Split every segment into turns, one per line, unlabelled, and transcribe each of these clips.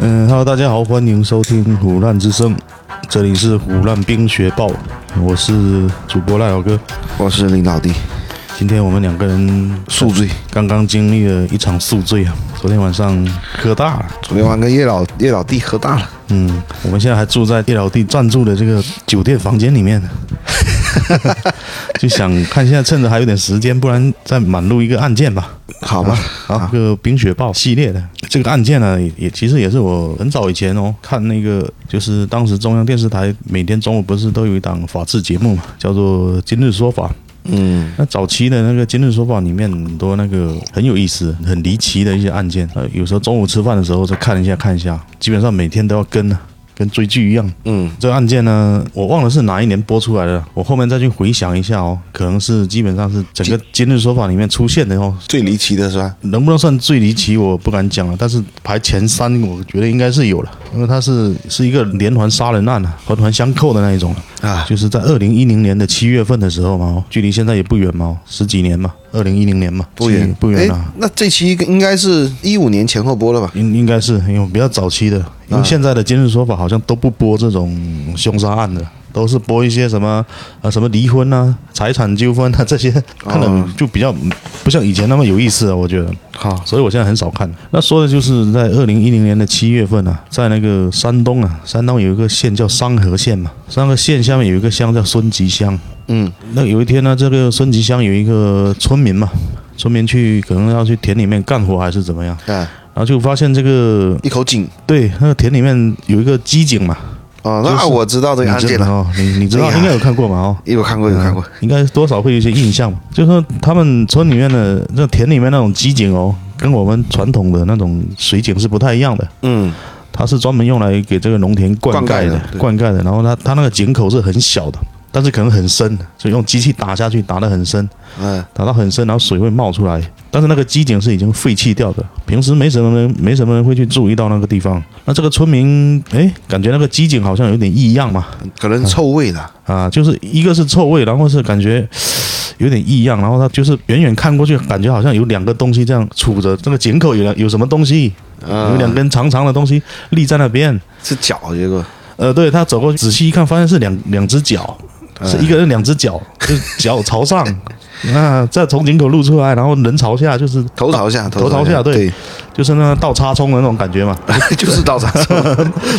嗯哈喽，大家好，欢迎收听《虎烂之声》，这里是《虎烂冰雪暴》，我是主播赖老哥。
我是领导弟，
今天我们两个人
宿醉。
刚刚经历了一场宿醉啊，昨天晚上喝大了。
昨天晚上跟叶老叶老弟喝大了，
嗯，我们现在还住在叶老弟赞助的这个酒店房间里面 呢，就想看现在趁着还有点时间，不然再满录一个案件吧。
好吧？
啊，这个冰雪豹系列的这个案件呢，也也其实也是我很早以前哦看那个，就是当时中央电视台每天中午不是都有一档法制节目嘛，叫做《今日说法》。
嗯，
那早期的那个《今日说法》里面很多那个很有意思、很离奇的一些案件，呃，有时候中午吃饭的时候就看一下看一下，基本上每天都要跟啊，跟追剧一样。
嗯，
这个案件呢，我忘了是哪一年播出来的，我后面再去回想一下哦，可能是基本上是整个《今日说法》里面出现的哦，
最离奇的是吧？
能不能算最离奇，我不敢讲了，但是排前三，我觉得应该是有了，因为它是是一个连环杀人案啊，环环相扣的那一种啊
啊，
就是在二零一零年的七月份的时候嘛，哦距离现在也不远嘛，哦十几年嘛，二零一零年嘛，
不
其
远
实不远
哎
啊，
那这期应该是一五年前后播了吧？
应应该是因为我比较早期的，因为现在的今日说法好像都不播这种凶杀案的。都是播一些什么呃什么离婚啊、财产纠纷啊这些，看了就比较不像以前那么有意思了，我觉得。
好，
所以我现在很少看。那说的就是在二零一零年的七月份啊，在那个山东啊，山东有一个县叫商河县嘛，商河县下面有一个乡叫孙集乡。
嗯，
那有一天呢，这个孙集乡有一个村民嘛，村民去可能要去田里面干活还是怎么样，
啊，
然后就发现这个
一口井
对那个田里面有一个机井嘛，
哦，
就
那
是
我知道这
你
个案
知
件
道
了，
哦，你你知道
哎呀
应该有看过嘛哦。
有看过有看过，
应该多少会有一些印象嘛。就是说他们村里面的那田里面那种机井哦，跟我们传统的那种水井是不太一样的，
嗯，
它是专门用来给这个农田灌溉的
灌溉的，对
灌溉的。然后它它那个井口是很小的，但是可能很深，所以用机器打下去，打得很深，
嗯，
打到很深，然后水会冒出来。但是那个机井是已经废弃掉的，平时没什么人，没什么人会去注意到那个地方。那这个村民，哎，感觉那个机井好像有点异样嘛，
可能臭味了，
啊，就是一个是臭味，然后是感觉有点异样，然后他就是远远看过去，感觉好像有两个东西这样杵着，这个井口有两有什么东西，有
嗯，
两根长长的东西立在那边。
是脚，结果
呃，对他走过去仔细一看，发现是两两只脚，是一个人两只脚，就是脚朝上， 那再从井口露出来，然后人朝下，就是
头朝下，
头
朝
朝下对
对，
就是那倒插葱的那种感觉嘛，
就是倒插臭，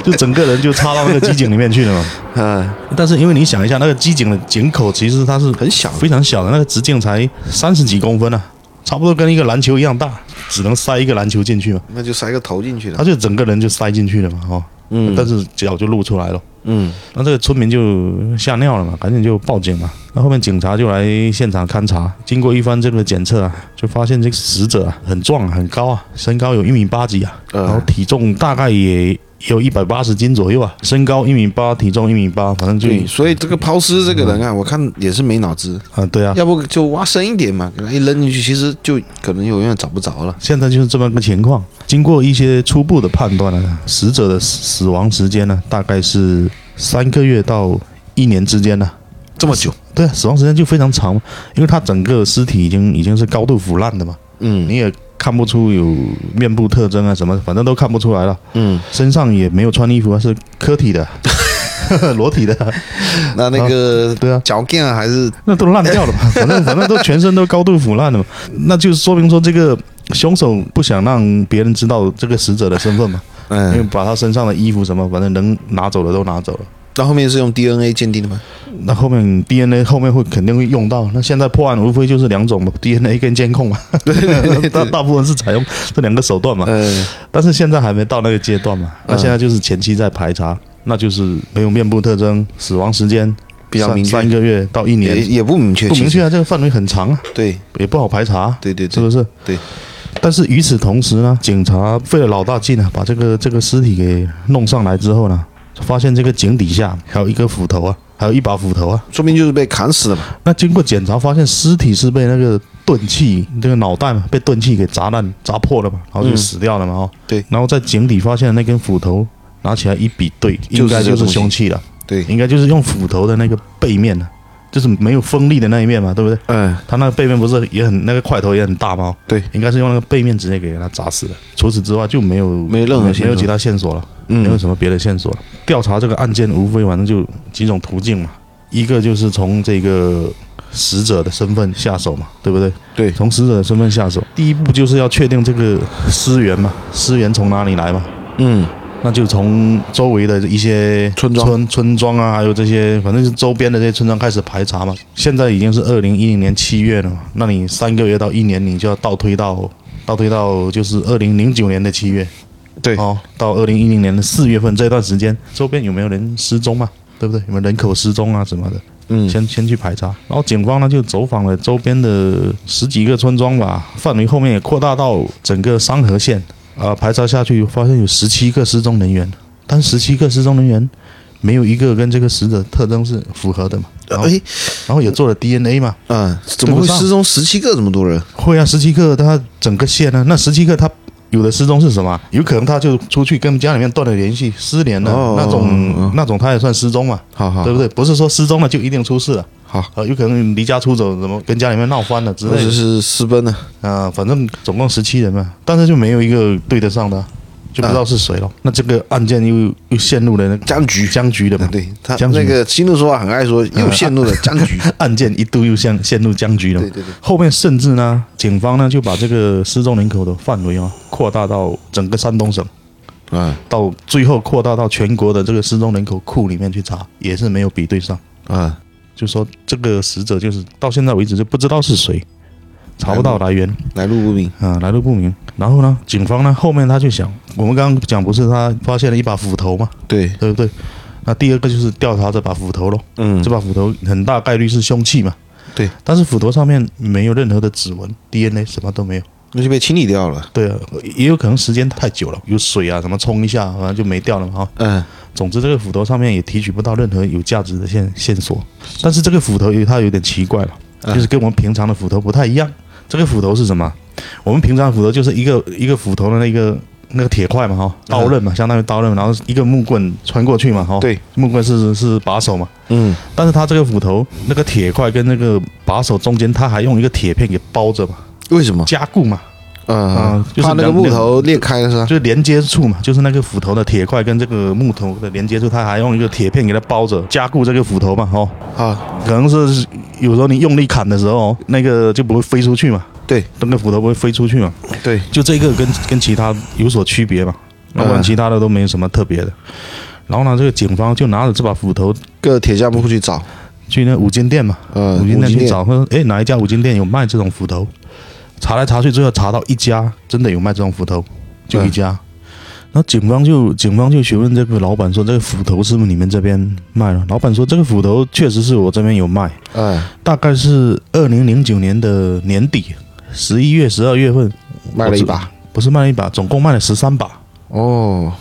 就整个人就插到那个机井里面去了嘛。
嗯，
但是因为你想一下，那个机井的井口其实它是
很小，
非常小的，那个直径才三十几公分啊，差不多跟一个篮球一样大，只能塞一个篮球进去嘛。
那就塞个头进去
他
了，
就整个人就塞进去了嘛，哦，
嗯
但是脚就露出来了。
嗯，
那这个村民就吓尿了嘛，赶紧就报警嘛。那后面警察就来现场勘查，经过一番这个检测啊，就发现这个死者啊很壮啊，很高啊，身高有一米八几啊，然后
呃，
体重大概也有一百八十斤左右啊，身高一米八，体重一米八，反正就
对，所以这个抛尸这个人啊，我看也是没脑子，
啊，对啊，
要不就挖深一点嘛，给它一扔进去，其实就可能永远找不着了。
现在就是这么个情况。经过一些初步的判断呢，死者的死亡时间呢，大概是三个月到一年之间呢。
这么久，
对啊，死亡时间就非常长，因为他整个尸体已经已经是高度腐烂的嘛，
嗯
你也看不出有面部特征啊什么，反正都看不出来了。
嗯，
身上也没有穿衣服啊，是科体的， 裸体的。
那那个
对啊，
脚垫还是
那都烂掉了 嘛，反正反正都全身都高度腐烂了嘛，那就说明说这个凶手不想让别人知道这个死者的身份嘛。因为
嗯，
把他身上的衣服什么，反正能拿走的都拿走了。
那后面是用 DNA 鉴定的吗？
那后面 DNA 后面会肯定会用到。那现在破案无非就是两种嘛，DNA 跟监控嘛。对对 对，大大部分是采用这两个手段嘛。
呃，
但是现在还没到那个阶段嘛。那
嗯
现在就是前期在排查，那就是没有面部特征、死亡时间
比较
三
明
三
确，
个月到一
也
年，
也不明确，
不明
其
确啊，这个范围很长啊，
实。对
也不好排查啊，
对对
是
对，
不是？
对。
但是与此同时呢，警察费了老大劲啊，把这个这个尸体给弄上来之后呢，发现这个井底下还有一个斧头啊，还有一把斧头啊。
说明就是被砍死的嘛。
那经过检查发现，尸体是被那个钝器，这个脑袋嘛，被钝器给砸烂、砸破了嘛，然后就
嗯
死掉了嘛。哦，
对。
然后在井底发现那根斧头，拿起来一比对，
就是
应该
这
就
个
是
东西
凶器了，
对，
应该就是用斧头的那个背面啊就是没有锋利的那一面嘛，对不对？
嗯，
他那个背面不是也很那个块头也很大哦吗？
对，
应该是用那个背面直接给他砸死的。除此之外就没有
没有任何线索
没有其他线索了，
嗯
没有什么别的线索了。调查这个案件无非反正就几种途径嘛，一个就是从这个死者的身份下手嘛，对不对？
对，
从死者的身份下手，第一步就是要确定这个尸源嘛，尸源从哪里来嘛，
嗯，
那就从周围的一些
村庄
村村庄啊，还有这些，反正是周边的这些村庄开始排查嘛。现在已经是二零一零年七月了嘛，那你三个月到一年，你就要倒推到倒推到就是二零零九年的七月，
对，
哦，到二零一零年的四月份这段时间，周边有没有人失踪嘛？对不对？有没有人口失踪啊什么的？
嗯，
先先去排查，然后警方呢就走访了周边的十几个村庄吧，范围后面也扩大到整个商河县啊、排查下去发现有十七个失踪人员，但十七个失踪人员没有一个跟这个死者特征是符合的嘛，然后
哎，
然后也做了 DNA 嘛，
嗯，怎么会
对不上
失踪十七个这么多人？
会啊，十七个他整个县呢、啊那十七个他有的失踪是什么啊？有可能他就出去跟家里面断了联系，失联了、
哦
那种那种他也算失踪嘛，
好好
对不对？不是说失踪了就一定出事了。
好，
呃，有可能离家出走，怎么跟家里面闹翻了之
或
类
者
的。
是私奔呢？
啊、反正总共十七人嘛，但是就没有一个对得上的啊，就不知道是谁了。那这个案件又又陷入了那个
啊僵局，
僵局的嘛
嗯，，对他
僵局
那个新的说法很爱说，又陷入了僵 局。
案件一度又陷陷入僵局了嘛
对。对对，
后面甚至呢，警方呢就把这个失踪人口的范围啊扩大到整个山东省，
啊
到最后扩大到全国的这个失踪人口库里面去查，也是没有比对上。
啊，
就说这个死者就是到现在为止就不知道是谁，查不
嗯
到来源。
来路不明。
啊，来路不明。然后呢，警方呢后面他就想，我们刚刚讲不是他发现了一把斧头嘛，
对，
对不对？那第二个就是调查这把斧头咯，
嗯
这把斧头很大概率是凶器嘛。
对，
但是斧头上面没有任何的指纹、DNA，什么都没有。
那就被清理掉了。
对啊，也有可能时间太久了，有水啊什么冲一下，反正就没掉了嘛。哈
嗯，
总之，这个斧头上面也提取不到任何有价值的线线索。但是这个斧头有它有点奇怪了，就是跟我们平常的斧头不太一样。这个斧头是什么？我们平常斧头就是一个一个斧头的那个那个铁块嘛，哈，刀刃嘛，相当于刀刃，然后一个木棍穿过去嘛，哈，
对，
木棍是是把手嘛，
嗯，
但是它这个斧头那个铁块跟那个把手中间，它还用一个铁片给包着嘛，
为什么？
加固嘛，
啊
啊，就是
怕那个
两
木头裂开了是吧？
就是连接处嘛，就是那个斧头的铁块跟这个木头的连接处，它还用一个铁片给它包着，加固这个斧头嘛，哦，
啊，
可能是有时候你用力砍的时候，那个就不会飞出去嘛，
对
那个斧头不会飞出去嘛，
对，
就这个跟跟其他有所区别嘛，要不然
嗯
其他的都没有什么特别的。然后呢，这个警方就拿着这把斧头
各铁匠铺去找。
去那五金店嘛，
呃，
五金
五
店
金
去找，他说，哎，哪一家五金店有卖这种斧头？查来查去，最后查到一家真的有卖这种斧头，就一家。
嗯
然后警方就警方就询问这个老板说，这个斧头是不是你们这边卖了？老板说，这个斧头确实是我这边有卖，
哎，
大概是二零零九年的年底，十一月、十二月份
卖了一把。
不是卖了一把，总共卖了十三把，
哦，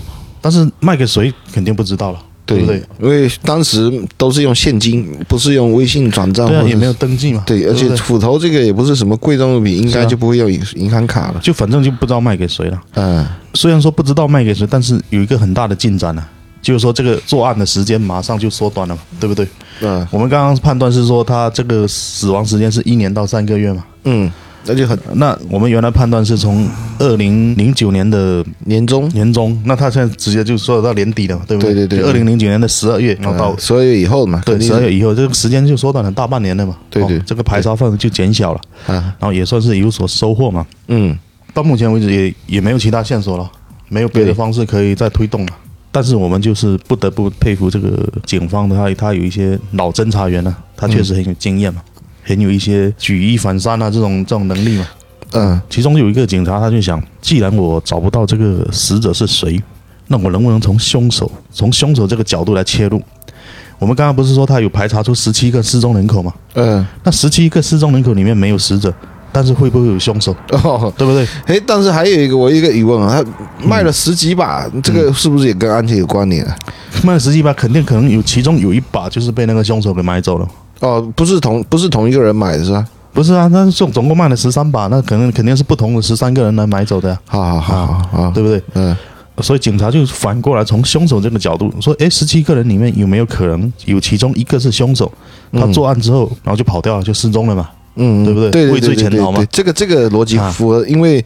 但是卖给谁肯定不知道了，对不对？
因为当时都是用现金，不是用微信转账，
对啊，
或
也
者
没有
是
登记嘛，
对，而
不
且斧头这个也不是什么贵重物品，应
是啊
该就不会有银银行卡了。
就反正就不知道卖给谁了。
嗯，
虽然说不知道卖给谁，但是有一个很大的进展呢、啊就是说这个作案的时间马上就缩短了嘛，对不对？
嗯
我们刚刚判断是说他这个死亡时间是一年到三个月嘛，
嗯，那就很
那我们原来判断是从二零零九年的
年终，
年中，那他现在直接就缩到年底了嘛，对不
对对对
二零零九年的十二月，然后到
嗯十二月以后嘛，
对
肯定
十二月以后，这个时间就缩短了大半年了嘛，
对对
哦这个排查范围就减小了，
啊，
然后也算是有所收获嘛。
嗯，
到目前为止也也没有其他线索了，没有别的
对
方式可以再推动了。但是我们就是不得不佩服这个警方的，他他有一些老侦查员呢、他确实很有经验
嗯
嘛，很有一些举一反三啊这种这种能力嘛。
嗯，
其中有一个警察，他就想，既然我找不到这个死者是谁，那我能不能从凶手从凶手这个角度来切入？我们刚刚不是说他有排查出十七个失踪人口吗？
嗯，
那十七个失踪人口里面没有死者，但是会不会有凶手？
哦，
对不对？
哎，但是还有一个我有一个疑问啊，
嗯
他卖了十几把，这个是不是也跟案件有关联啊？
卖了十几把，肯定可能有其中有一把就是被那个凶手给买走了。
哦，不是同不是同一个人买的是吧？
不是啊，那总总共卖了十三把，那可能肯定是不同的十三个人来买走的呀、
好好好好好，
啊对不对？
嗯
所以警察就反过来从凶手这个角度说：，诶，十七个人里面有没有可能有其中一个是凶手？他作案之后，然后就跑掉了，就失踪了嘛？
嗯，
对不对
对
畏罪
对对
潜逃嘛
对这个这个逻辑符
啊
合，因为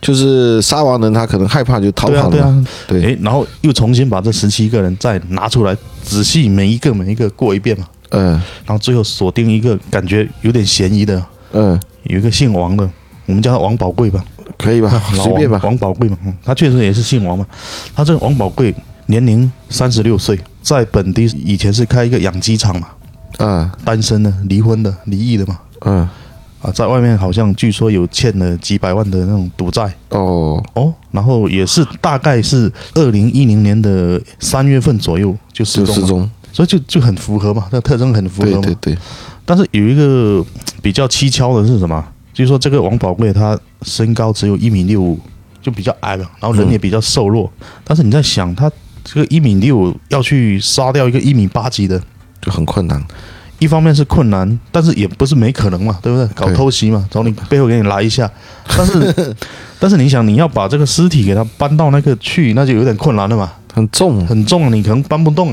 就是杀完人，他可能害怕就逃
对啊，
跑
对
了。
啊，
对
诶，然后又重新把这十七个人再拿出来，仔细每一个每一个过一遍嘛，
嗯
然后最后锁定一个感觉有点嫌疑的，
嗯，
有一个姓王的，我们叫他王宝贵吧，
可以吧，
老
随
王
便吧。
王宝贵嘛，嗯他确实也是姓王嘛。他这个王宝贵年龄三十六岁，在本地以前是开一个养鸡场嘛，
嗯
单身的、离婚的、离异的嘛。
嗯，
啊，在外面好像据说有欠了几百万的那种赌债
哦，
哦，然后也是大概是二零一零年的三月份左右就失
就
踪
失
了，
踪。
所以就就很符合嘛，那特征很符合
对
嘛。
对对，
但是有一个比较蹊跷的是什么？就是说这个王宝贵他身高只有一米六五，就比较矮嘛，然后人也比较瘦弱。但是你在想，他这个一米六五要去杀掉一个一米八几的，
就很困难。
一方面是困难，但是也不是没可能嘛，对不对？搞
对
偷袭嘛，从你背后给你来一下。但 是，但是你想，你要把这个尸体给他搬到那个去，那就有点困难了嘛，
很重，
很重，啊你可能搬不动，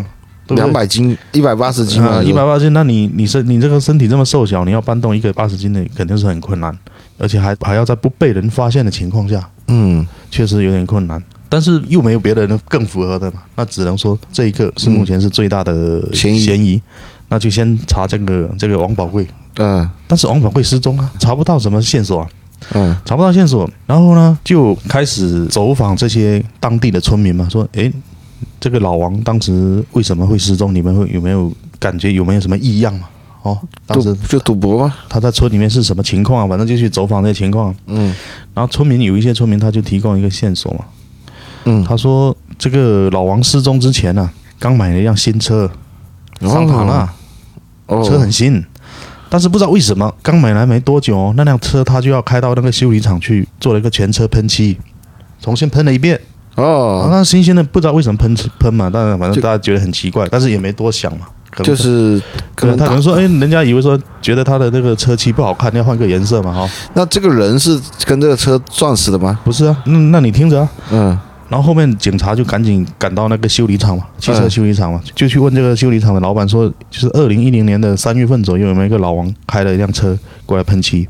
对不对
两？百斤，一百八十斤嘛，
啊，一百八斤，那你你身你这个身体这么瘦小，你要搬动一个八十斤的肯定是很困难，而且还还要在不被人发现的情况下，
嗯，
确实有点困难。但是又没有别的人更符合的嘛，那只能说这一个是目前是最大的
嗯嫌疑
嫌疑。那就先查这个这个王宝贵，
嗯
但是王宝贵失踪啊，查不到什么线索啊，
嗯
查不到线索。然后呢，就开始走访这些当地的村民嘛，说，诶，这个老王当时为什么会失踪？你们会有没有感觉有没有什么异样嘛？哦，当
赌
时
就赌博嘛，
他在村里面是什么情况、啊？反正就去走访这些情况。啊
嗯
然后村民有一些村民他就提供一个线索嘛，
嗯，
他说这个老王失踪之前呢、刚买了一辆新车，桑塔纳，
哦，
车很新。但是不知道为什么，刚买来没多久、那辆车他就要开到那个修理厂去做了一个全车喷漆，重新喷了一遍。啊，
哦，
那新鲜的不知道为什么喷喷嘛，但是反正大家觉得很奇怪，但是也没多想嘛。可能
就是可
对
能
他可
打
能说，哎，人家以为说觉得他的那个车漆不好看，要换个颜色嘛，哈、
那这个人是跟这个车撞死的吗？
不是啊，那那你听着啊。
嗯
然后后面警察就赶紧赶到那个修理厂嘛，汽车
嗯
修理厂嘛，就去问这个修理厂的老板说，就是二零一零年的三月份左右，有没有一个老王开了一辆车过来喷漆？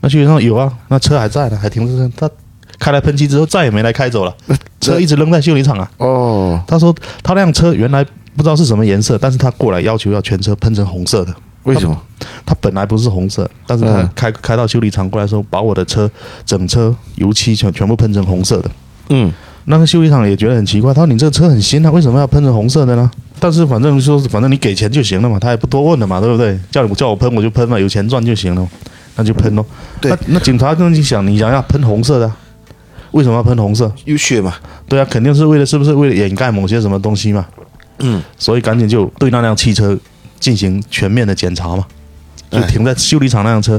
那修理厂说有啊，那车还在呢，还停着呢。他开来喷漆之后再也没来开走了，
呃
车一直扔在修理厂啊。
哦，
他说他那辆车原来不知道是什么颜色，但是他过来要求要全车喷成红色的。
为什么？
他本来不是红色，但是他
嗯
开、开到修理厂过来说，把我的车整车油漆全全部喷成红色的。
嗯
那个修理厂也觉得很奇怪，他说你这个车很新啊，为什么要喷成红色的呢？但是反正说，反正你给钱就行了嘛，他也不多问了嘛，对不对？叫你叫我喷我就喷嘛，有钱赚就行了，那就喷咯。
对
那那警察就去想，你想要喷红色的啊，为什么要喷红色？
有血嘛，
对啊，肯定是为了是不是为了掩盖某些什么东西嘛？
嗯，
所以赶紧就对那辆汽车进行全面的检查嘛，就
哎
停在修理厂那辆车，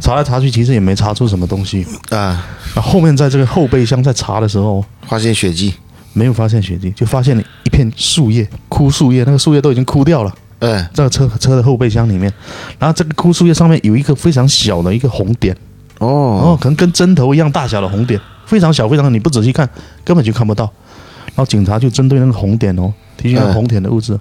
查来查去其实也没查出什么东西。
啊，
那后面在这个后备箱在查的时候，
发现血迹，
没有发现血迹，就发现了一片树叶，枯树叶，那个树叶都已经枯掉了，
嗯
在车车的后备箱里面。然后这个枯树叶上面有一个非常小的一个红点，哦
哦，，
可能跟针头一样大小的红点，非常小，非常小，你不仔细看根本就看不到。然后警察就针对那个红点哦，提取那个
嗯
红点的物质，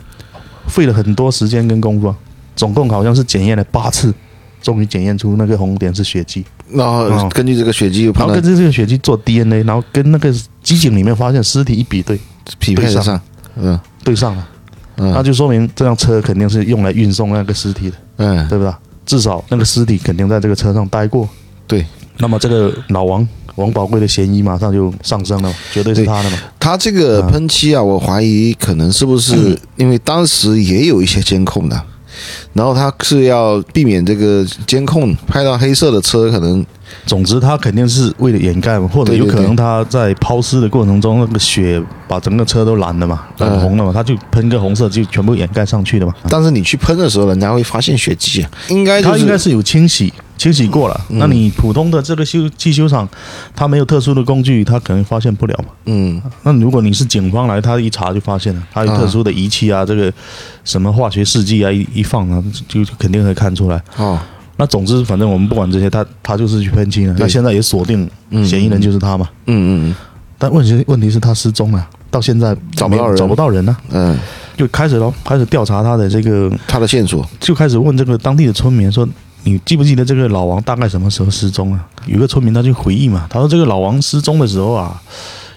费了很多时间跟功夫、啊，总共好像是检验了八次，终于检验出那个红点是血迹。
然后
哦
根据这个血迹又
然
判
后
断
跟这个血迹做 DNA，然后跟那个机井里面发现尸体一比对，
匹配得上，嗯
对上了。那
嗯
就说明这辆车肯定是用来运送那个尸体的，
嗯，
对不对？至少那个尸体肯定在这个车上待过。
对。
那么这个老王王宝贵的嫌疑马上就上升了，绝对是他的嘛。
他这个喷漆啊，我怀疑可能是不
嗯
是因为当时也有一些监控的，然后他是要避免这个监控拍到黑色的车，可能
总之，他肯定是为了掩盖嘛，或者
对对
有可能他在抛尸的过程中，那个血把整个车都染了嘛，染红了嘛，他就喷个红色就全部掩盖上去了嘛。
但是你去喷的时候，人家会发现血迹啊，应该就
他应该哎是
是
有嗯清洗清洗过了。那你普通的这个修汽修厂，他没有特殊的工具，他可能发现不了嘛。
嗯
那如果你是警方来，他一查就发现了，他有特殊的仪器啊，这个什么化学试剂啊，一一放啊，就就肯定会看出来。
哦
那总之，啊反正我们不管这些，他他就是去喷漆了。
对
那现在也锁定
嗯
嫌疑人就是他嘛。
嗯嗯
但问题问题是他失踪了，到现在
找不到
没
人
找不到人呢、
嗯，
就开始咯，开始调查他的这个，
他的线索，
就开始问这个当地的村民说。你记不记得这个老王大概什么时候失踪啊？有个村民他就回忆嘛，他说这个老王失踪的时候啊，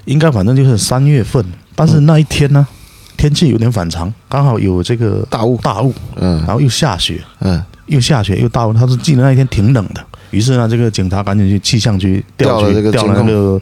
应该反正就是三月份，但是那一天呢，天气有点反常，刚好有这个
大雾
大雾，
嗯
然后又下雪，
嗯，
又下雪又大雾，他说记得那一天挺冷的，于是呢，这个警察赶紧去气象局调
调了
去
这个
调
监
那
控
个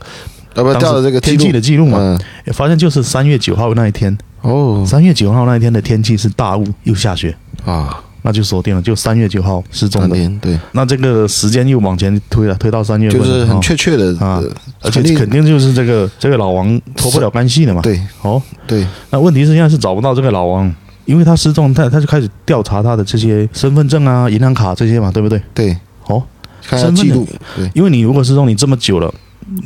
要不要
当
调了
时
这个
天气的记录
录
嘛，
嗯，
也发现就是三月九号那一天，
哦
三月九号那一天的天气是大雾又下雪，
啊，
那就锁定了，就三月九号失踪
当
的。
天对，
那这个时间又往前推了，推到三月份
就
了，
是
哦
很确切的呃
啊，而且
肯定
肯定就是这个这个老王脱不了干系的嘛。
对
哦，
对，
那问题是现在是找不到这个老王，因为他失踪，他他就开始调查他的这些身份证啊、银行卡这些嘛，对不对？
对，
哦，
看一下
身份
记
的
录，对，
因为你如果失踪你这么久了，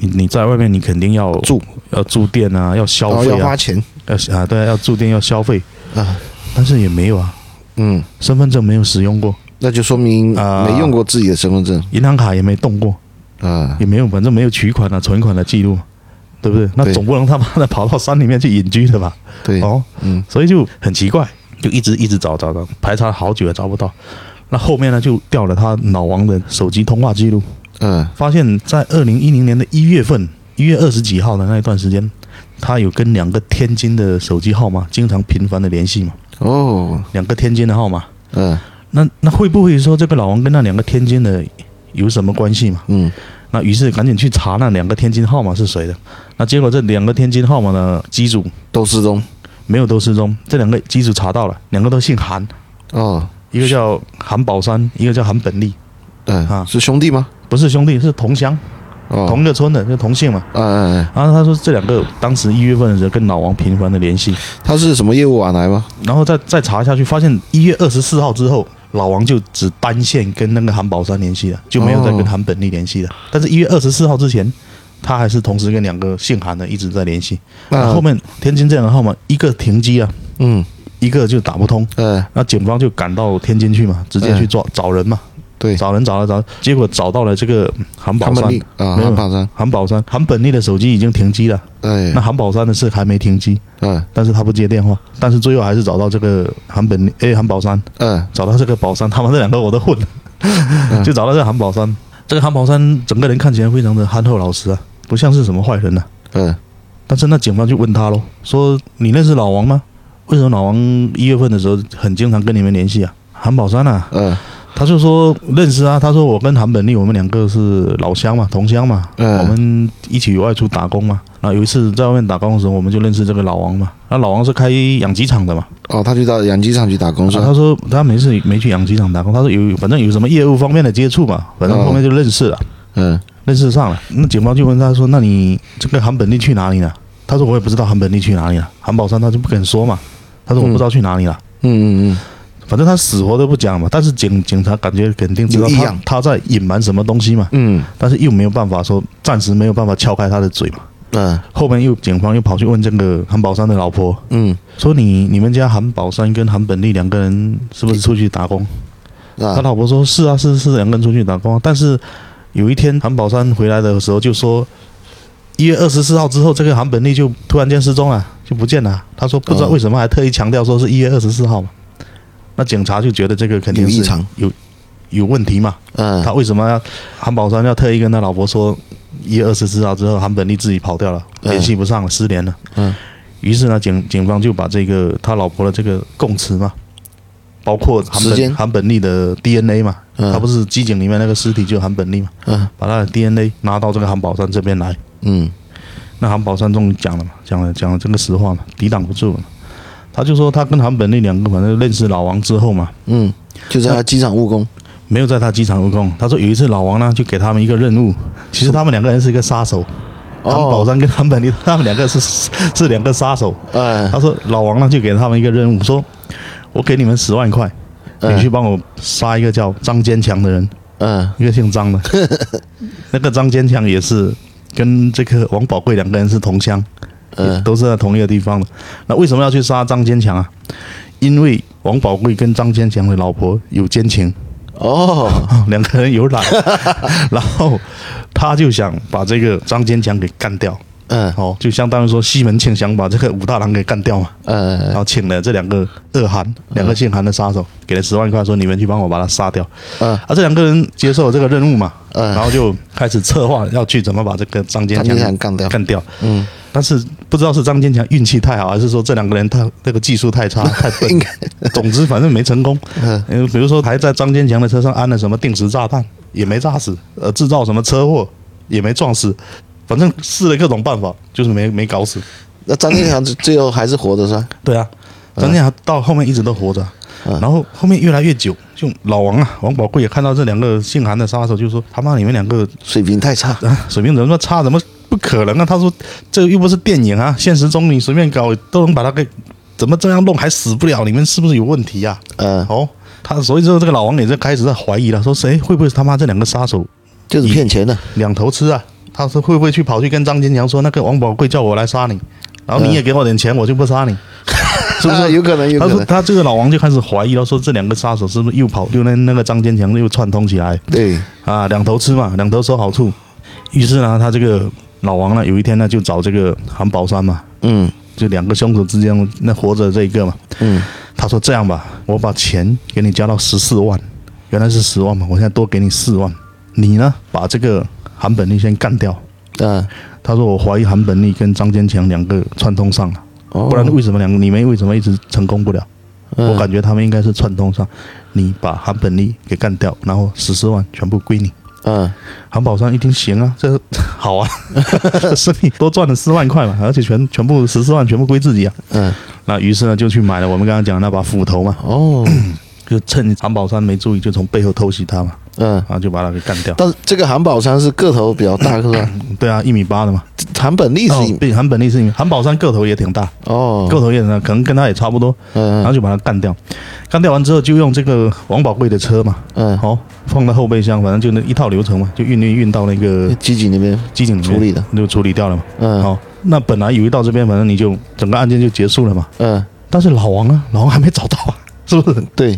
你你在外面你肯定要
住，
要住店啊，要消
然后
费
要
啊
花，钱
要啊对啊，要住店要消费，
啊，
但是也没有啊，
嗯，
身份证没有使用过，
那就说明
啊
没用过自己的身份证
银行卡也没动过，
啊，
也没有反正没有取款啊、存款的记录，对不对？那
对
总不能他妈的跑到山里面去隐居的吧？
对，
哦，
嗯
所以就很奇怪，就一直一直找找找，排查好久也找不到。那后面呢，就调了他老王的手机通话记录，
嗯
发现，在二零一零年的一月份，一月二十几号的那一段时间，他有跟两个天津的手机号码经常频繁的联系嘛，
哦，
两个天津的号码。
嗯
那那会不会说这个老王跟那两个天津的有什么关系嘛？
嗯
那于是赶紧去查那两个天津号码是谁的。那结果这两个天津号码的机主
都失踪
没有都失踪，这两个机主查到了，两个都姓韩，
哦，
一个叫韩宝山，一个叫韩本利，啊
嗯，是兄弟吗？
不是兄弟，是同乡，
哦，
同一个村的，就同姓嘛。
嗯嗯嗯，
然后他说这两个当时一月份的时候跟老王频繁的联系，
他是什么业务往来吗？
然后再再查下去，发现一月二十四号之后，老王就只单线跟那个韩宝山联系了，就没有再跟韩本利联系了。但是，一月二十四号之前，他还是同时跟两个姓韩的一直在联系。
那
呃啊那后面天津这两个号码，一个停机啊，
啊嗯
一个就打不通。
呃，
那警方就赶到天津去嘛，直接去抓找人嘛，
对，
找人找了找，结果找到了这个韩
他
宝
们
山
利，啊，
没有
汉堡山，
韩宝山，韩本利的手机已经停机了，
哎
那，韩宝山的是还没停机，
嗯
但是他不接电话，但是最后还是找到这个韩本利，哎，韩宝山，
嗯
找到这个宝山，他们这两个我都混了，
嗯
就找到这个韩宝山。这个韩宝山整个人看起来非常的憨厚老实啊，不像是什么坏人啊呐、
嗯
但是那警方就问他喽，说你认识老王吗？为什么老王一月份的时候很经常跟你们联系啊？韩宝山啊，
嗯
他就说认识啊，他说我跟韩本利我们两个是老乡嘛，同乡嘛，
嗯
我们一起外出打工嘛。然后有一次在外面打工的时候，我们就认识这个老王嘛。那老王是开养鸡场的嘛，
哦，他去到养鸡场去打工是
啊、
吧？
他说他没事没去养鸡场打工，他说有反正有什么业务方面的接触嘛，反正
嗯
后面就认识了，
嗯
认识上了。那警方就问他说：“那你这个韩本利去哪里了？”他说：“我也不知道韩本利去哪里了。”韩宝山他就不肯说嘛，他说：“我不知道去哪里了。
嗯嗯
反正他死活都不讲嘛，但是警警察感觉肯定知道
有异
他
样
他在隐瞒什么东西嘛，
嗯
但是又没有办法说，暂时没有办法撬开他的嘴嘛。
嗯
后面又警方又跑去问这个韩宝山的老婆，
嗯
说你你们家韩宝山跟韩本利两个人是不是出去打工？
嗯
他
啊，
老婆说：“是啊，是是两个人出去打工啊。”但是有一天韩宝山回来的时候就说，一月二十四号之后，这个韩本利就突然间失踪了，就不见了。他说不知道
哦
为什么，还特意强调说是一月二十四号嘛。那警察就觉得这个肯定是
有异常
有有问题嘛。
嗯
他为什么要韩宝山要特意跟他老婆说一月二十四号之后，韩本利自己跑掉了，
嗯
联系不上了，失联了。
嗯
于是呢，警警方就把这个他老婆的这个供词嘛，包括韩
时
本
间
韩本利的 DNA 嘛，
嗯
他不是机井里面那个尸体就是韩本利嘛，
嗯
把他的 DNA 拿到这个韩宝山这边来，
嗯
那韩宝山终于讲了嘛，讲了讲了这个实话嘛，抵挡不住了嘛，他就说他跟韩本利两个反正认识老王之后嘛，
嗯，就在他机场务工，
没有在他机场务工，他说有一次老王呢就给他们一个任务，其实他们两个人是一个杀手，韩宝
哦，
山跟韩本利他们两个是是两个杀手，
哎
他说老王呢就给他们一个任务，说我给你们十万块，
嗯
你去帮我杀一个叫张坚强的人，
嗯
一个姓张的。 那个张坚强也是跟这个王宝贵两个人是同乡，
嗯
都是在同一个地方的。那为什么要去杀张坚强啊？因为王宝贵跟张坚强的老婆有奸情，
哦，
两个人有染，然后他就想把这个张坚强给干掉。
嗯
哦，就相当于说西门庆想把这个武大郎给干掉嘛，然
呃，
后请了这两个恶韩，两个姓韩的杀手，给了十万块，说你们去帮我把他杀掉。
嗯
啊，这两个人接受了这个任务嘛，
嗯
然后就开始策划要去怎么把这个张坚
张坚强干掉
干掉。嗯，但是不知道是张坚强运气太好，还是说这两个人他那个技术太 差太笨
应该，
总之反正没 成功。嗯，比如说还在张坚强的车上安了什么定时炸弹，也没炸死；呃，制造什么车祸也没撞死。反正试了各种办法，就是没没搞死。
那张天强最最后还是活着是吧？
对啊，张建豪到后面一直都活着，然后后面越来越久，就老王啊，王宝贵也看到这两个姓韩的杀手，就说他妈你们两个
水平太差，
啊水平怎么那么差，怎么不可能啊？他说这又不是电影啊，现实中你随便搞都能把他给怎么这样弄还死不了，你们是不是有问题呀、
呃，
哦，他所以说这个老王也就开始在怀疑了，说谁会不会是他妈这两个杀手
就是骗 钱的，
两头吃啊？他说会不会去跑去跟张坚强说那个王宝贵叫我来杀你，然后你也给我点钱，我就不杀你。
是
啊
不是？有可能，有
他
可
说
能，
他这个老王就开始怀疑了，说这两个杀手是不是又跑又那那个张坚强又串通起来
对，
啊，两头吃嘛，两头收好处。于是呢，他这个老王呢，有一天呢就找这个韩宝山嘛，
嗯
就两个凶手之间那活着这一个嘛，
嗯，
他说这样吧，我把钱给你加到十四万，原来是十万嘛，我现在多给你四万，你呢把这个韩本利先干掉。
啊，
他说我怀疑韩本利跟张坚强两个串通上了，
哦
不然为什么两个你们为什么一直成功不了？我
嗯
感觉他们应该是串通上，你把韩本利给干掉，然后十四万全部归你。
嗯，
韩宝山一听行啊， 这好啊，这生意多赚了四万块嘛，而且全全部十四万全部归自己啊。
嗯，
那于是呢，就去买了我们刚刚讲的那把斧头嘛，
哦，
就趁韩宝山没注意，就从背后偷袭他嘛，
嗯，
然后就把他给干掉。
但是这个韩宝山是个头比较大，是 吧？
对啊，一米八的嘛，
韩本利
哦
是，
对，韩本利是一米，韩宝山个头也挺大，
哦，
个头也挺大，可能跟他也差不多，然后
嗯
就把他干掉。干掉完之后，就用这个王宝贵的车嘛，
嗯
好、放到后备箱，反正就那一套流程嘛，就运运运到那个
嗯，机警那边，
机井里面
处理的，
就处理掉了嘛。好、
嗯
那本来以为到这边，反正你就整个案件就结束了嘛。
嗯，
但是老王呢，老王还没找到啊， 是不是？
对。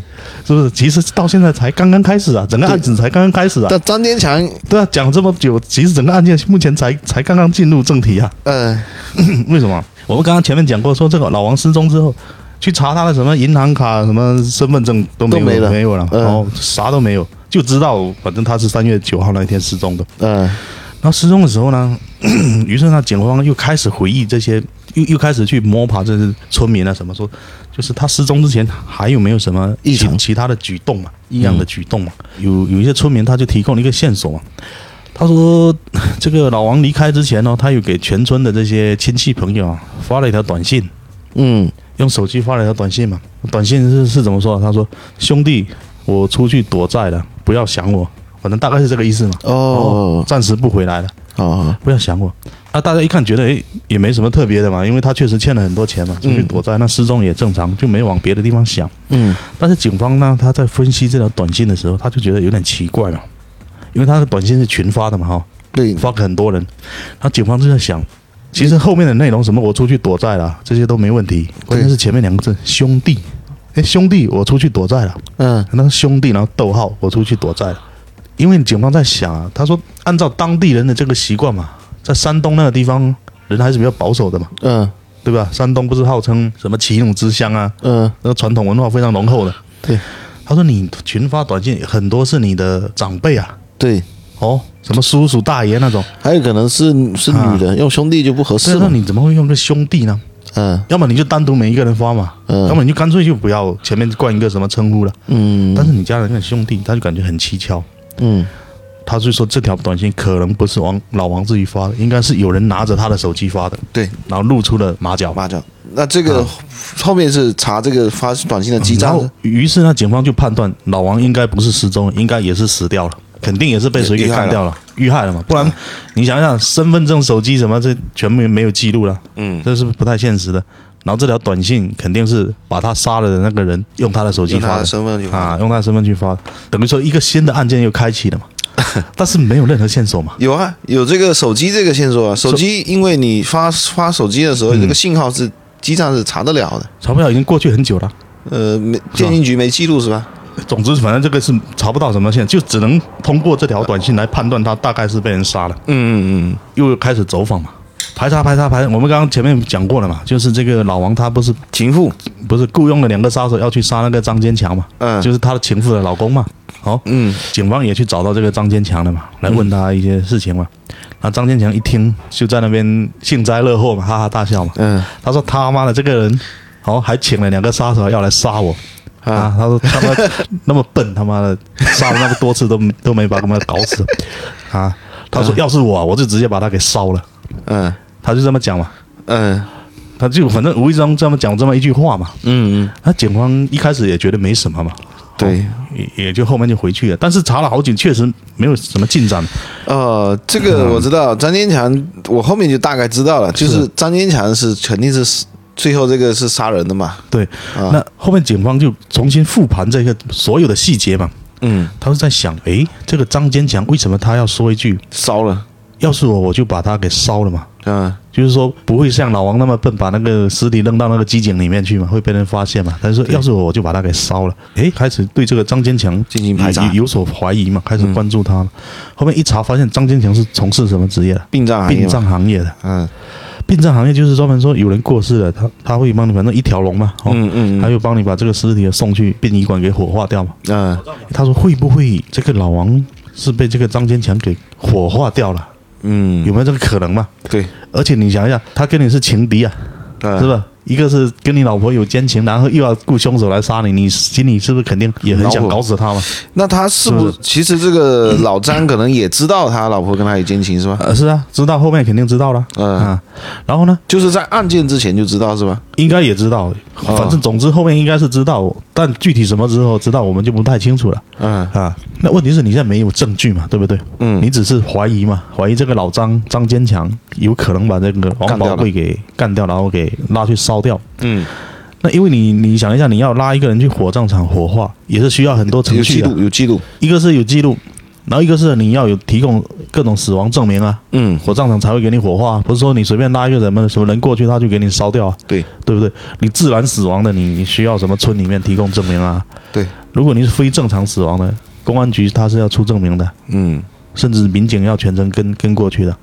是不是？其实到现在才刚刚开始啊，整个案子才刚刚开始啊。
但张坚强，
对啊，讲这么久，其实整个案件目前才才刚刚进入正题啊。
呃，
为什么？我们刚刚前面讲过，说这个老王失踪之后，去查他的什么银行卡、什么身份证都没有
都没了
没有了，
嗯
然后啥都没有，就知道反正他是三月九号那一天失踪的。
呃，
然后失踪的时候呢， 于是呢，警方又开始回忆这些，又又开始去摸爬这些村民啊什么说，就是他失踪之前还有没有什么
异
其
常嗯
其他的举动嘛，啊异样的举动嘛？有有一些村民他就提供了一个线索嘛，他说这个老王离开之前呢、他有给全村的这些亲戚朋友啊发了一条短信，
嗯，
用手机发了一条短信嘛，短信是是怎么说啊？他说兄弟，我出去躲债了，不要想我，反正大概是这个意思嘛。
哦，
暂时不回来了。
哦，
不要想我。啊，大家一看觉得诶也没什么特别的嘛，因为他确实欠了很多钱嘛，出去躲债，那失踪也正常，就没往别的地方想。
嗯，
但是警方呢，他在分析这条短信的时候，他就觉得有点奇怪了，因为他的短信是群发的嘛，哈，
对，
发给很多人，然后警方就在想。其实后面的内容什么我出去躲债了，这些都没问题。关键是前面两个字兄弟，诶，兄弟，我出去躲债了。
嗯，
那个兄弟，然后逗号，我出去躲债了。因为警方在想啊，他说按照当地人的这个习惯嘛，在山东那个地方人还是比较保守的嘛，
嗯，
对吧？山东不是号称什么齐鲁之乡啊，
嗯，
那个传统文化非常浓厚的。
对，
他说你群发短信很多是你的长辈啊，
对，
哦，什么叔叔大爷那种，
还有可能是是女的，用兄弟就不合
所
适
以说
了，
你怎么会用个兄弟呢？
嗯，
要么你就单独每一个人发嘛，
嗯
要么你就干脆就不要前面冠一个什么称呼了。
嗯，
但是你加了那个兄弟，他就感觉很蹊跷。
嗯，
他就说这条短信可能不是王老王自己发的，应该是有人拿着他的手机发的，
对，啊
然后露出了马脚。
麻将，那这个后面是查这个发短信的基
然
站
后，于是呢，警方就判断老王应该不是失踪，应该也是死掉了，肯定也是被谁给干掉了，遇害了嘛？不然
嗯
你想想，身份证、手机什么这全没没有记录了，
嗯，
这是不太现实的。然后这条短信肯定是把他杀了的那个人用他的手机
用他
发
的身份去发
啊，用他的身份去发，等于说一个新的案件又开启 了嘛，但是没有任何线索嘛。
有啊，有这个手机这个线索啊，手机因为你发发手机的时候，这个信号是基站是查得了的，
查不了已经过去很久了。
呃，没电信局没记录是吧？
总之，反正这个是查不到什么线，就只能通过这条短信来判断他大概是被人杀了。
嗯嗯
又开始走访嘛，排查排查排，我们刚刚前面讲过了嘛，就是这个老王他不是
嗯情妇，
不是雇佣了两个杀手要去杀那个张坚强嘛，
嗯
就是他的情妇的老公嘛。好、
嗯
警方也去找到这个张坚强了嘛，来问他一些事情嘛。那张坚强一听就在那边幸灾乐祸嘛，哈哈大笑嘛。
嗯
他说他妈的这个人，哦还请了两个杀手要来杀我。啊
啊，
他说他妈那么笨，他妈的杀了那么多次都都没把他们搞死啊！他说要是我，我就直接把他给烧了。
嗯
他就这么讲嘛，
嗯
他就反正无意中这么讲这么一句话嘛。
嗯，嗯，
那警方一开始也觉得没什么嘛，
对，
也也就后面就回去了。但是查了好久，确实没有什么进展。
呃，这个我知道，张坚强，我后面就大概知道了，就是张坚强是肯定是最后这个是杀人的嘛，
对，
啊
那后面警方就重新复盘这个所有的细节嘛。
嗯，
他是在想，诶，这个张坚强为什么他要说一句
烧了，
“要是我，我就把他给烧了嘛”？
嗯
就是说不会像老王那么笨，把那个尸体扔到那个机井里面去嘛，会被人发现嘛。他就说要是我，我就把他给烧了。诶，开始对这个张坚强
进行排查
有有所怀疑嘛，开始关注他了。后面一查发现张坚强是从事什么职业的？
殡葬行业
殡
嘛，
葬行业的，
嗯
殡葬行业就是专门说有人过世了，他他会帮你，反正一条龙嘛，哦，
嗯嗯
他就帮你把这个尸体送去殡仪馆给火化掉嘛。
嗯嗯
他说会不会这个老王是被这个张坚强给火化掉了？
嗯，
有没有这个可能嘛？
对，
而且你想一下，他跟你是情敌啊，是
嗯，
吧？一个是跟你老婆有奸情，然后又要雇凶手来杀你，你心里是不是肯定也很想搞死他嘛？
那他是不是其实这个老张可能也知道他老婆跟他有奸情是吧？
呃，是啊，知道后面肯定知道了
嗯，
啊。然后呢，
就是在案件之前就知道是吧？
应该也知道，
哦
反正总之后面应该是知道，但具体什么时候知道我们就不太清楚了
嗯
啊。那问题是你现在没有证据嘛，对不对？
嗯
你只是怀疑嘛，怀疑这个老张张坚强有可能把这个王
干掉
宝
了
贵给干掉，然后给拉去烧掉。
嗯，
那因为你你想一下，你要拉一个人去火葬场火化，也是需要很多
有
程
记
序的
录，有记录，
一个是有记录，然后一个是你要有提供各种死亡证明啊，
嗯，
火葬场才会给你火化，不是说你随便拉一个人嘛，什么人过去他就给你烧掉啊，
对
对不对？你自然死亡的，你你需要什么村里面提供证明啊？
对，
如果你是非正常死亡的，公安局他是要出证明的，
嗯
甚至民警要全程跟跟过去的。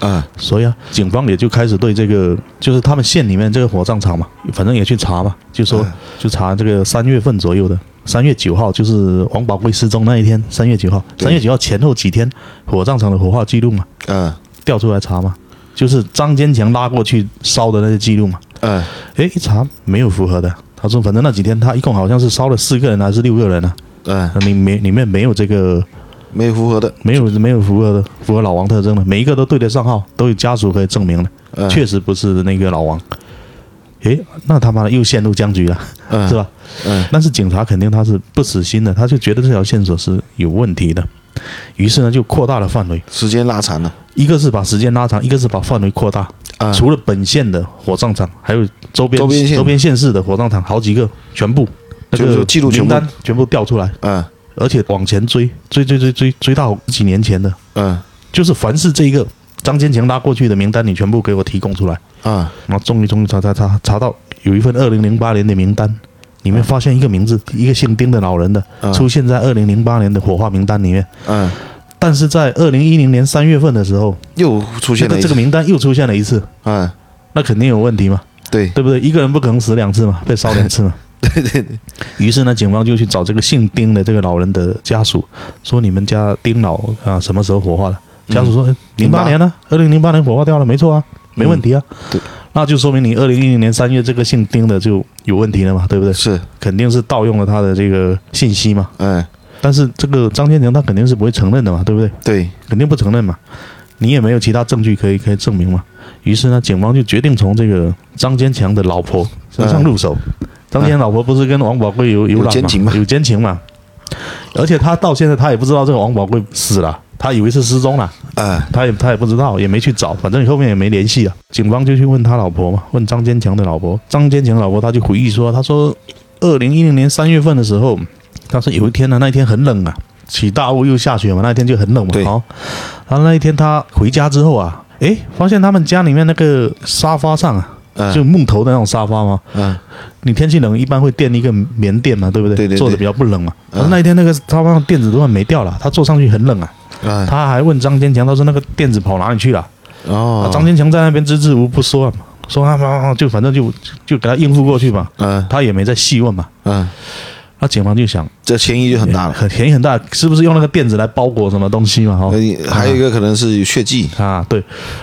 啊
所以啊，警方也就开始对这个，就是他们县里面这个火葬场嘛，反正也去查嘛，就说
嗯
就查这个三月份左右的，三月九号就是王宝贵失踪那一天，三月九号，
对
三月九号前后几天火葬场的火化记录嘛，
啊
调出来查嘛，就是张坚强拉过去烧的那些记录嘛，
啊
诶，一查没有符合的。他说：“反正那几天他一共好像是烧了四个人还是六个人呢、
啊，
啊？里没里面没有这个
没有符合的，
没有没有符合的符合老王特征的，每一个都对得上号，都有家属可以证明的。
嗯
确实不是那个老王。诶，那他妈的又陷入僵局了，
嗯
是吧？
嗯
但是警察肯定他是不死心的，他就觉得这条线索是有问题的，于是呢就扩大了范围，
时间拉长了
一个是把时间拉长，一个是把范围扩大。
啊，
除了本县的火葬场，还有周边
周边县
县市的火葬场好几个，全部那
就是
个
说记录全
名
部
单全部调出来，
嗯
而且往前追，追追追追追到几年前的，
嗯
就是凡是这一个张坚强拉过去的名单，你全部给我提供出来。
啊
然后终于终于查查查查到有一份二零零八年的名单，里面发现一个名字，一个姓丁的老人的
嗯
出现在二零零八年的火化名单里面。
嗯，
但是在二零一零年三月份的时候，
又出
这
现了
个
一
这个
次，
名单又出现了一次，
嗯，
那肯定有问题嘛，
对
对不对？一个人不可能死两次嘛，被烧两次嘛。
对对对，
于是呢，警方就去找这个姓丁的这个老人的家属，说你们家丁老啊什么时候火化的？
嗯
家属说零八、
08
年呢、啊二零零八年火化掉了，没错啊，
嗯
没问题啊。
对，
那就说明你二零一零年三月这个姓丁的就有问题了嘛，对不对？
是，
肯定是盗用了他的这个信息嘛。
嗯
但是这个张天成他肯定是不会承认的嘛，对不对？
对，
肯定不承认嘛。你也没有其他证据可以可以证明嘛。于是呢，警方就决定从这个张坚强的老
嗯
婆身上入手。张坚强老婆不是跟王宝贵有有染
有奸情嘛
有奸情嘛。而且他到现在他也不知道这个王宝贵死了，他以为是失踪了，
啊
他也他也不知道，也没去找，反正后面也没联系啊。警方就去问他老婆嘛，问张坚强的老婆。张坚强老婆他就回忆说，他说二零一零年三月份的时候，他说有一天呢，那一天很冷啊，起大雾又下雪嘛，那一天就很冷嘛。
对
好，然后那一天他回家之后啊，诶，发现他们家里面那个沙发上啊，
嗯
就木头的那种沙发嘛，
嗯
你天气冷一般会垫一个棉垫嘛，对不对？
对对对
坐着比较不冷嘛。
嗯
然后那一天那个沙发上垫子突然没掉了，他坐上去很冷啊。
嗯
他还问张坚强，他说那个垫子跑哪里去了？啊
哦，
张坚强在那边支支吾吾不说嘛，说啊啊啊，就反正就就给他应付过去嘛，
嗯
他也没再细问嘛。
嗯，
那警方就想，啊
这嫌疑就很大了。
很嫌疑很大，是不是用那个垫子来包裹什么东西嘛？哈、
那你还有一个可能是有血迹，
啊，对。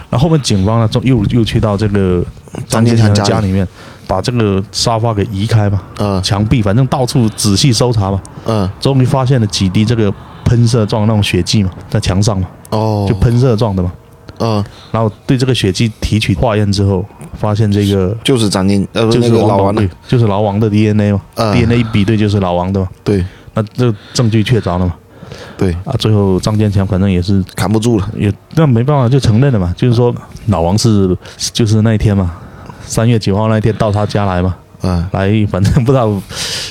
然后后面警方呢，就又又去到这个
张
坚
坚强
强
家里
家里面，把这个沙发给移开嘛，
嗯
墙壁反正到处仔细搜查嘛，
嗯，
终于发现了几滴这个喷射状那种血迹嘛，在墙上嘛，
哦，
就喷射状的嘛。
嗯，
然后对这个血迹提取化验之后，发现这个
就是张坚，呃，不
就是
那
是
个老
王
王
对
的，，
就是老王的 DNA 嘛、
嗯
d n a 一比对就是老王的嘛，
对
那这证据确凿了嘛。
对，
啊，最后张坚强反正也是
扛不住了，
也那没办法，就承认了嘛，就是说老王是就是那一天嘛，三月九号那一天到他家来嘛，
嗯，
来反正不知道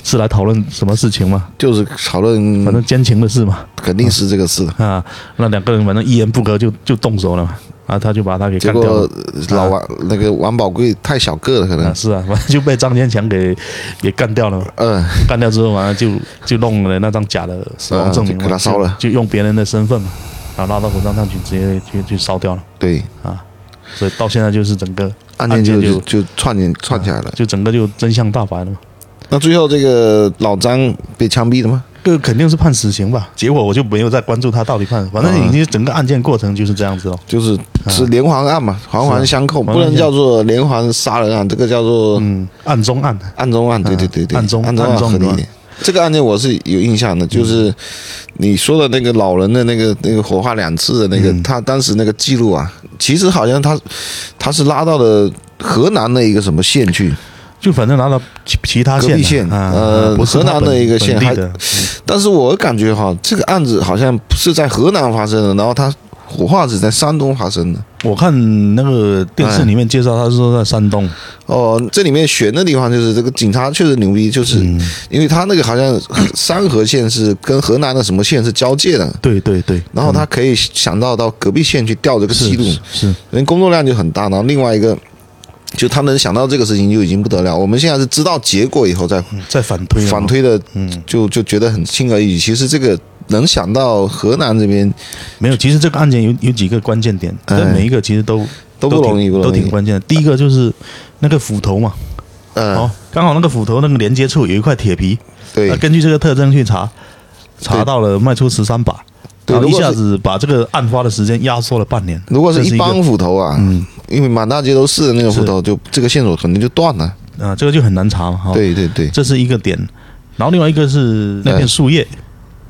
是来讨论什么事情嘛，
就是讨论，
反正奸情的事嘛
肯定是这个事了。
啊，那两个人反正一言不合就就动手了嘛，啊，他就把他给
结
干掉
果
了。
呃老王那个王宝贵太小个了，可
啊，
能，
是啊，反正就被张坚强给也干掉了嘛，
嗯，
干掉之后，完了就就弄了那张假的死亡证明嘛，
啊就给他烧了
就，就用别人的身份嘛，然后拉到火葬场去直接去去烧掉了
对，
啊，所以到现在就是整个
案件
案
就
件啊
就就串联串起来了。
就整个就真相大白了嘛。
那最后这个老张被枪毙了吗？
这个肯定是判死刑吧？结果我就没有再关注他到底判，反正
嗯
已经整个案件过程就是这样子哦。
就是是连环案嘛，环环相扣，
环环
不能
相
叫做连环杀人案，这个叫做
嗯，案中案，
暗中案。对对对对，
嗯暗中
暗中
暗
案
中嗯
合理一
案
点。这个案件我是有印象的，就是你说的那个老人的那个那个火化两次的那
嗯
个，他当时那个记录啊，其实好像他他是拉到了河南的一个什么县去，
就反正拿到其其他
隔
县
壁
的
县
啊
呃
不是他
河南的
本
一个县
本地
还
的，
但是我感觉哈，这个案子好像是在河南发生的，然后他火化是在山东发生的。
我看那个电视里面介绍，他是说在山东，
哦，这里面悬的地方就是这个警察确实牛逼，就是
嗯
因为他那个好像山河县是跟河南的什么县是交界的，
对对对，
然后他可以想到到隔壁县去调这个
嗯是
记录，
是
人工作量就很大。然后另外一个，就他能想到这个事情就已经不得了。我们现在是知道结果以后再
嗯在反推了
反
嘛，
推的，
嗯
就就觉得很轻而易举。其实这个能想到河南这边
没有。其实这个案件有有几个关键点，
哎
这每一个其实都
都不容易，
挺
不
都
容
挺
易。
关键的。第一个就是那个斧头嘛，
嗯，
哦，刚好那个啊斧头那个连接处有一块铁皮，
对
那根据这个特征去查，查到了卖出十三把，
对
然后一
如果
下
是
子把这个案发的时间压缩了半年。
如果
这
是
是
一
个嗯
帮斧头啊，因为满大街都是的那种斧头，就这个线索肯定就断了。
啊，这个就很难查嘛。哈，
对对对，
这是一个点。然后另外一个是那
哎
片树叶，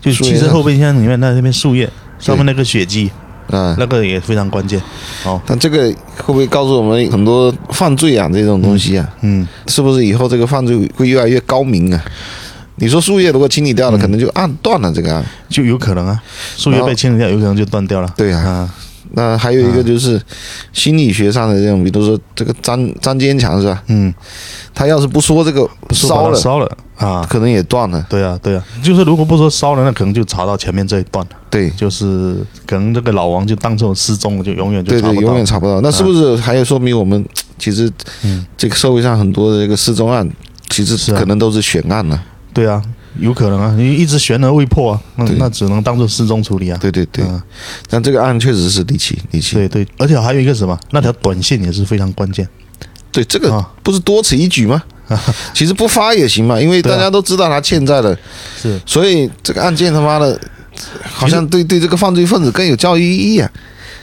就是
树叶
汽车
上
后备箱里面那那片树叶上面那个血迹，
啊。
那个也非常关键。哦，
但这个会不会告诉我们很多犯罪啊这种东西啊？
嗯，
是不是以后这个犯罪会越来越高明啊？你说树叶如果清理掉了，可能就
嗯
按断了这个案。
就有可能啊，树叶
然后
被清理掉，有可能就断掉了。
对啊，
啊，
那还有一个就是心理学上的这种，比如说这个张张坚强是吧？
嗯，
他要是不说这个
说把它
烧了，
烧了啊。
可能也断了。
对啊，对啊，就是如果不说烧了，那可能就查到前面这一段了。
对
就是可能这个老王就当做失踪了，就永远就
对
查
对，
不
永
到啊
远。查不到。那是不是还有说明我们其实这个社会上很多的这个失踪案，其
嗯是
实
啊
可能都是悬案呢？
对啊，有可能啊，你一直悬而未破啊，那
对
那只能当做失踪处理啊。
对对对
嗯，
但这个案确实是离奇离奇。
对对，而且还有一个什么，那条短信也是非常关键。
对，这个
啊
不是多此一 举吗？其实不发也行嘛，因为
对啊
大家都知道他欠债了，
是，
所以这个案件他妈的，好像对对这个犯罪分子更有教育意义啊。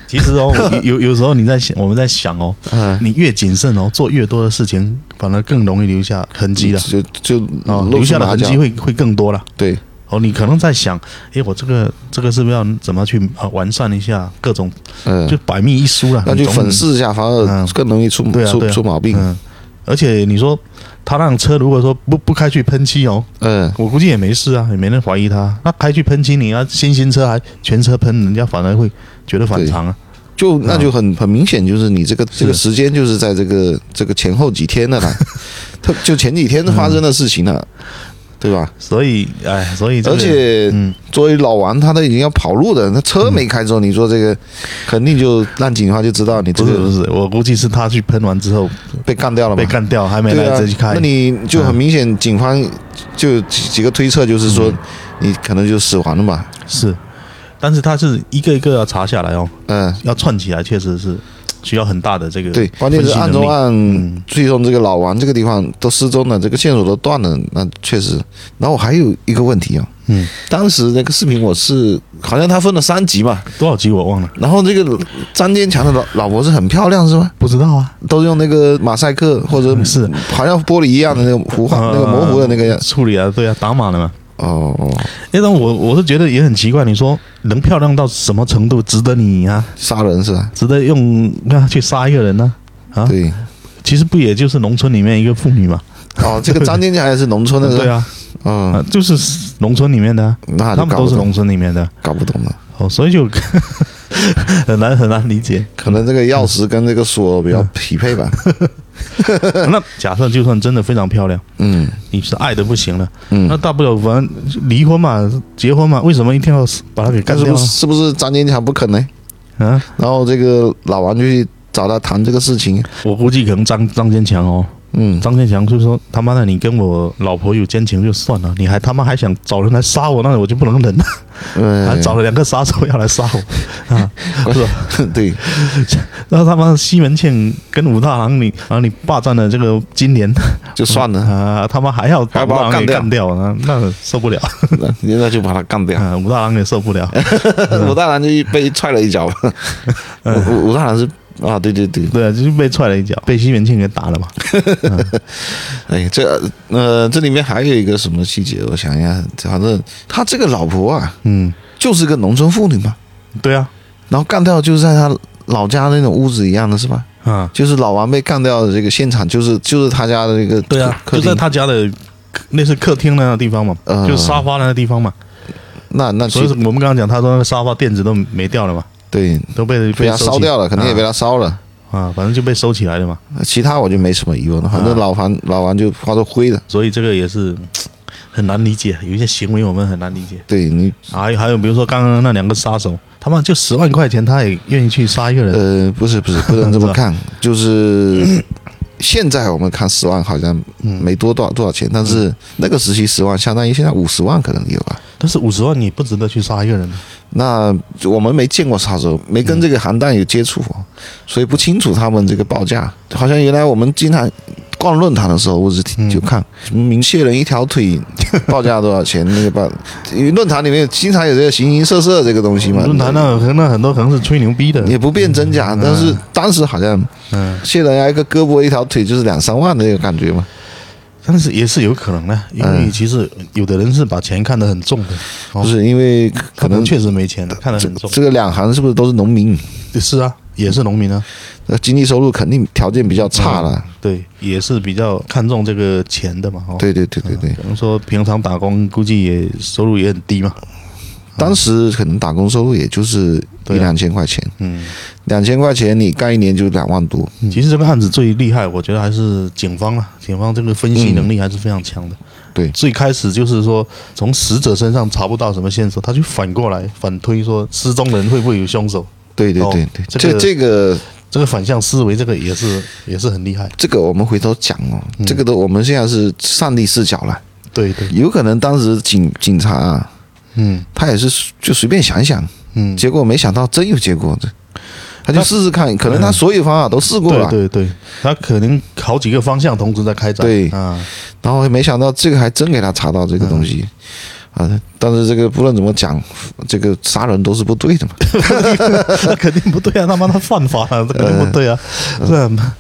其实 哦，有有有时候你在想，我们在想哦，
嗯，
你越谨慎哦，做越多的事情，反而更容易留下痕迹了
就就
啊，
嗯露
嗯留
出
下的
马
痕
脚
迹。会会更多了。
对
哦，你可能在想，诶，我这个这个是不是要怎么去啊完善一下各种，
嗯
就百密一疏了。
那就
你总
粉饰一下，反而
嗯
更容易出
对啊
出
对啊
出毛病。
嗯，而且你说他那辆车如果说不不开去喷漆哦，
嗯，
我估计也没事啊，也没人怀疑他。那开去喷漆，你要新型车还全车喷，人家反而会觉得反常啊。
就那就很很明显，就是你这个这个
是
时间就是在这个这个前后几天 的啦，特就前几天发生的事情了，
嗯
对吧？
所以，哎，所以这个
而且
嗯，
作为老王，他都已经要跑路了，那车没开之后，你说这个肯定就让警方就知道你这
不是不
个
是，我估计是他去喷完之后
被干掉了嘛
被。干掉，还没
对
来
啊
得及开。，
那你就很明显，警方就几几个推测，就是说嗯你可能就死亡了嘛。
是，但是他是一个一个要查下来哦，
嗯，
要串起来，确实是需要很大的这个
对，关键是
分析能
案
力
中案，最终这个老王这个地方都失踪了，这个线索都断了，那确实。然后我还有一个问题啊，
嗯，
当时那个视频我是好像他分了三集嘛，
多少集我忘了，
然后这个张坚强的老老婆是很漂亮是吗？
不知道啊，
都用那个马赛克或者
是
好像玻璃一样的那个糊化、那个模糊的那个样。
呃处理啊，对啊，打码了嘛。
哦哦，
那种我我是觉得也很奇怪，你说能漂亮到什么程度，值得你啊，
杀人是吧？
值得用那、去杀一个人呢、啊？
对。
其实不也就是农村里面一个妇女嘛？
哦，这个张坚强也是农村的是 吧？
对啊，
嗯，
啊，就是农村里面的啊、
那就
他们
搞
都
不
是
懂，
农村里面的，
搞不懂了。
哦，所以就 很难很难理 解。
可能这个钥匙跟这个锁比较匹配吧。
那假设就算真的非常漂亮，
嗯
你是爱的不行了，那
嗯，
大不了反正离婚嘛，结婚嘛，为什么一定要把他给
但
干
是
掉
不是是不是张坚强不肯呢？
啊？啊，
然后这个老王就去找他谈这个事情。
我估计可能张张坚强哦，
嗯，
张建强就说：“他妈的，你跟我老婆有奸情就算了，你还他妈还想找人来杀我，那我就不能忍了。还
呃，
找了两个杀手要来杀我啊！是吧？
对，
然后他妈西门庆跟武大郎你，然后你霸占了这个金 莲
就算 了，
啊，他妈还要
还要把我
武大郎给
干
干掉啊，那受不了
那那就把他 干掉。
啊！武大郎也受不 了，嗯
武大郎就被踹了一脚。 武武大郎是啊，对对对，
对啊，就是被踹了一脚，被西门庆给打了嘛。
哎，这呃，这里面还有一个什么细节？我想一下，反正他这个老婆啊，
嗯，
就是个农村妇女嘛，
对啊，
然后干掉就是在他老家那种屋子一样的是吧？
啊，
就是老王被干掉的这个现场，就是就是他家的这个
对啊，
客
就
厅
在。他家的那是客厅那个地方嘛，
呃
就是沙发那个地方嘛。
那那
所
其
以
实
我们刚刚讲，他说那个沙发垫子都没掉了嘛。”
对
都被
被他烧掉了，肯定也被他烧了。
他啊，反正就被收起来了嘛。
其他我就没什么疑问了，反
啊
正老王老王就化作灰了。
所以这个也是很难理解，有一些行为我们很难理解。
对你
还还有比如说刚刚那两个杀手，他们就十万块钱，他也愿意去杀一个人。
呃，不是不是，不能这 么看，
嗯
就是现在我们看十万好像
嗯
没多多少多少钱，但是那个时期十万相当于现在五十万可能有吧。
但是五十万你不值得去杀一个人，
那我们没见过杀手，没跟这个行当有接触过，
嗯
所以不清楚他们这个报价。好像原来我们经常逛论坛的时候，我只听就看什
嗯
么明确人一条腿报价多少钱，那个报，因为论坛里面经常有这个形形色色这个东西嘛。
论坛啊那可能很多可能是吹牛逼的。
也不辨真假，但是当时好像
嗯，
卸人家一个胳膊一条腿就是两三万的那个感觉嘛。
但是也是有可能的，因
嗯
为其实有的人是把钱看得很重的，哦
不是因为可
可能
能
确实没钱的，看得很重。
这个两行是不是都是农民？
是啊，也是农民啊，
那经济收入肯定条件比较差了。
对，也是比较看重这个钱的嘛。嗯哦，
对对对对对，
可能说平常打工估计也收入也很低嘛。
当时可能打工收入也就是一
对啊
两千块钱，
嗯，
两千块钱你干一年就两万多。
其实这个案子最厉害，我觉得还是警方啊，警方这个分析能力还是非常强的。
对
最开始就是说从死者身上查不到什么线索，他就反过来反推说失踪人会不会有凶手，
对对对
哦
对，
这
这
个
这个
这个反向思维这个也是也是很厉害。
这个我们回头讲哦，
嗯
这个都我们现在是上帝视角了，
对对，
有可能当时警警察啊，
嗯
他也是就随便想一想，
嗯，
结果没想到真有结果的，他就
他
试试看，可能他所有方法都试过
嗯对
了，
对对，他可能好几个方向同时在开展。
对
啊，
然后没想到这个还真给他查到这个东西。
嗯
啊！但是这个不论怎么讲，这个杀人都是不对的 嘛。
那肯定不对啊，他妈他犯法了，这肯定不对啊，
呃
是啊，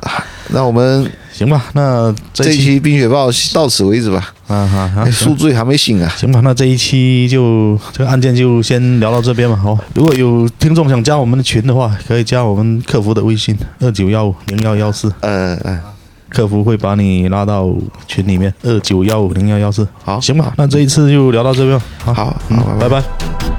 好，那我们
行吧，那这
这
一
一
期
期《冰雪暴》到此为止吧。
啊哈哈
哎，宿醉还没醒啊！
行吧，那这一期就这个案件就先聊到这边吧。好，如果有听众想加我们的群的话，可以加我们客服的微信二九幺五零幺幺四，
呃，呃
客服会把你拉到群里面二九幺五零幺幺四。
好，
行吧，那这一次就聊到这边。好，
好，好，
嗯
拜
拜
拜。
拜。